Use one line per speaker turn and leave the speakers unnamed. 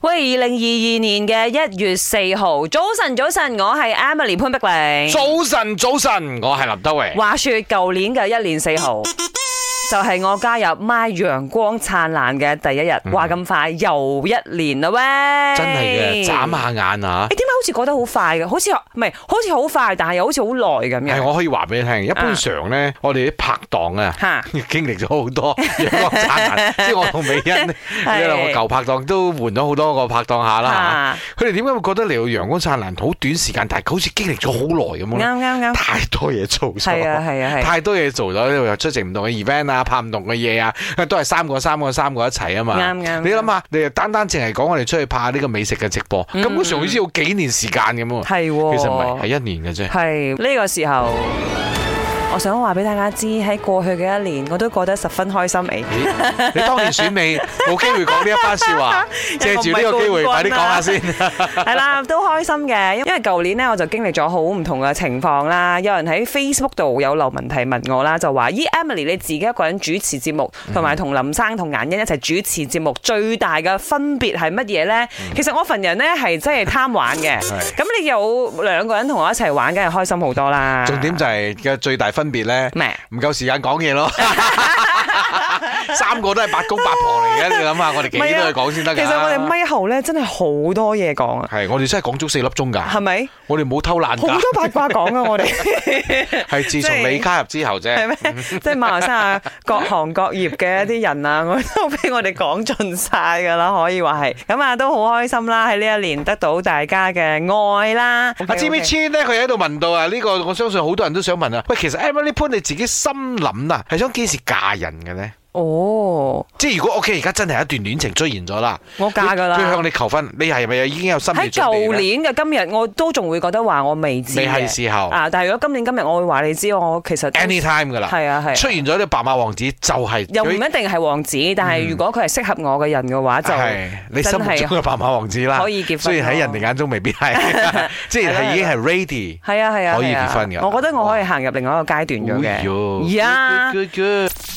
喂，二零二二年嘅一月四號，早晨，早晨，我係 Emily 潘碧玲。
早晨，早晨，我係林德榮。
話說舊年嘅一年四號，就係我加入 My 陽光燦爛嘅第一日。話咁快又一年啦喂，
嗯真係嘅，眨下眼啊
誒，！點解好似過得好快嘅？好似唔係，好似好快，但係又好似好耐咁
係
樣。
我可以話俾你聽，一般常咧，我哋啲拍檔啊，
吓，
經歷咗好多陽光燦爛，即係我同美欣呢，
係
因為我舊拍檔都換咗好多個拍檔下啦
啊
嚇佢哋點解會覺得嚟到陽光燦爛好短時間，但係好似經歷咗好耐咁樣
啱
咧？
啱啱，
太多嘢做咗，
係啊係啊係。
太多嘢做咗，又出席唔同嘅 event 啊，拍唔同嘅嘢啊，都係三個三個三個一齊啊嘛。
啱啱
你諗下，你又單單淨係講我哋出去拍呢個美食嘅直播，咁本上好似要幾年時間咁喎。
嗯係喎。
其實唔係，係一年嘅 啫。
係呢個時候，我想話俾大家知，喺過去嘅一年，我都過得十分開心誒。
咦你當年 選美冇機會講呢一番説話，借住呢個機會快啲講下 先。
係啦，都開心嘅，因為舊年呢，我就經歷咗好唔同嘅情況啦。有人喺 Facebook 度有留問題問我啦，就話：咦，Emily 你自己一個人主持節目，
嗯
同埋同林生同顏欣一齊主持節目，最大嘅分別係乜嘢呢？其實我份人呢，係真係貪玩嘅，
嗯 係
咁你有兩個人同我一齊玩，梗係開心好多啦。
重點就係嘅最大分別咧，
咩？
唔夠時間講 嘢咯。三個都係八公八婆嚟嘅，你諗下，我哋幾多嘢講先得㗎？
啊其實我哋咪後呢，真係好多嘢講啊，
係我哋真係講足四粒鐘㗎
係。咪？
我哋冇偷懶
好
㗎
多，八卦講啊， 我哋。
係自從你加入之後
係
啫。
咩？即係馬來西亞各行各業嘅一啲人啊，我都俾我哋講盡晒㗎啦，可以話係。咁啊，都好開心啦！喺呢一年得到大家嘅愛啦。啊
阿 Jimmy
OK，OK
Chin 咧，佢喺度問到啊，呢個我相信好多人都想問啊。喂，其實 Emily Poon 你自己心諗啊，係想幾時嫁人嘅咧？
哦，
即係如果 OK，而家真係一段戀情出現咗啦，
我嫁㗎
佢
啦
向。你求婚，你係咪已經有心理
喺
準備
舊
咧？
年嘅今日，我都仲會覺得話我未知
未係
嘅。
時候
啊，但係如果今年今日，我會話你知，我其實都
，anytime 噶啦，
係啊係啊。
出現咗呢白馬王子就係
又唔一
佢
定係王子，但係如果佢係適合我嘅人嘅話，就
嗯係你心目
真係啊
中嘅白馬王子啦。
可以結婚咯啊
雖然喺人哋眼中未 必係，即係係已經係 ready。
係啊係啊，
可以
係啊
結婚㗎
我覺得我可以行入另外一個階段咗嘅。
哎呦
呀
Good, good, good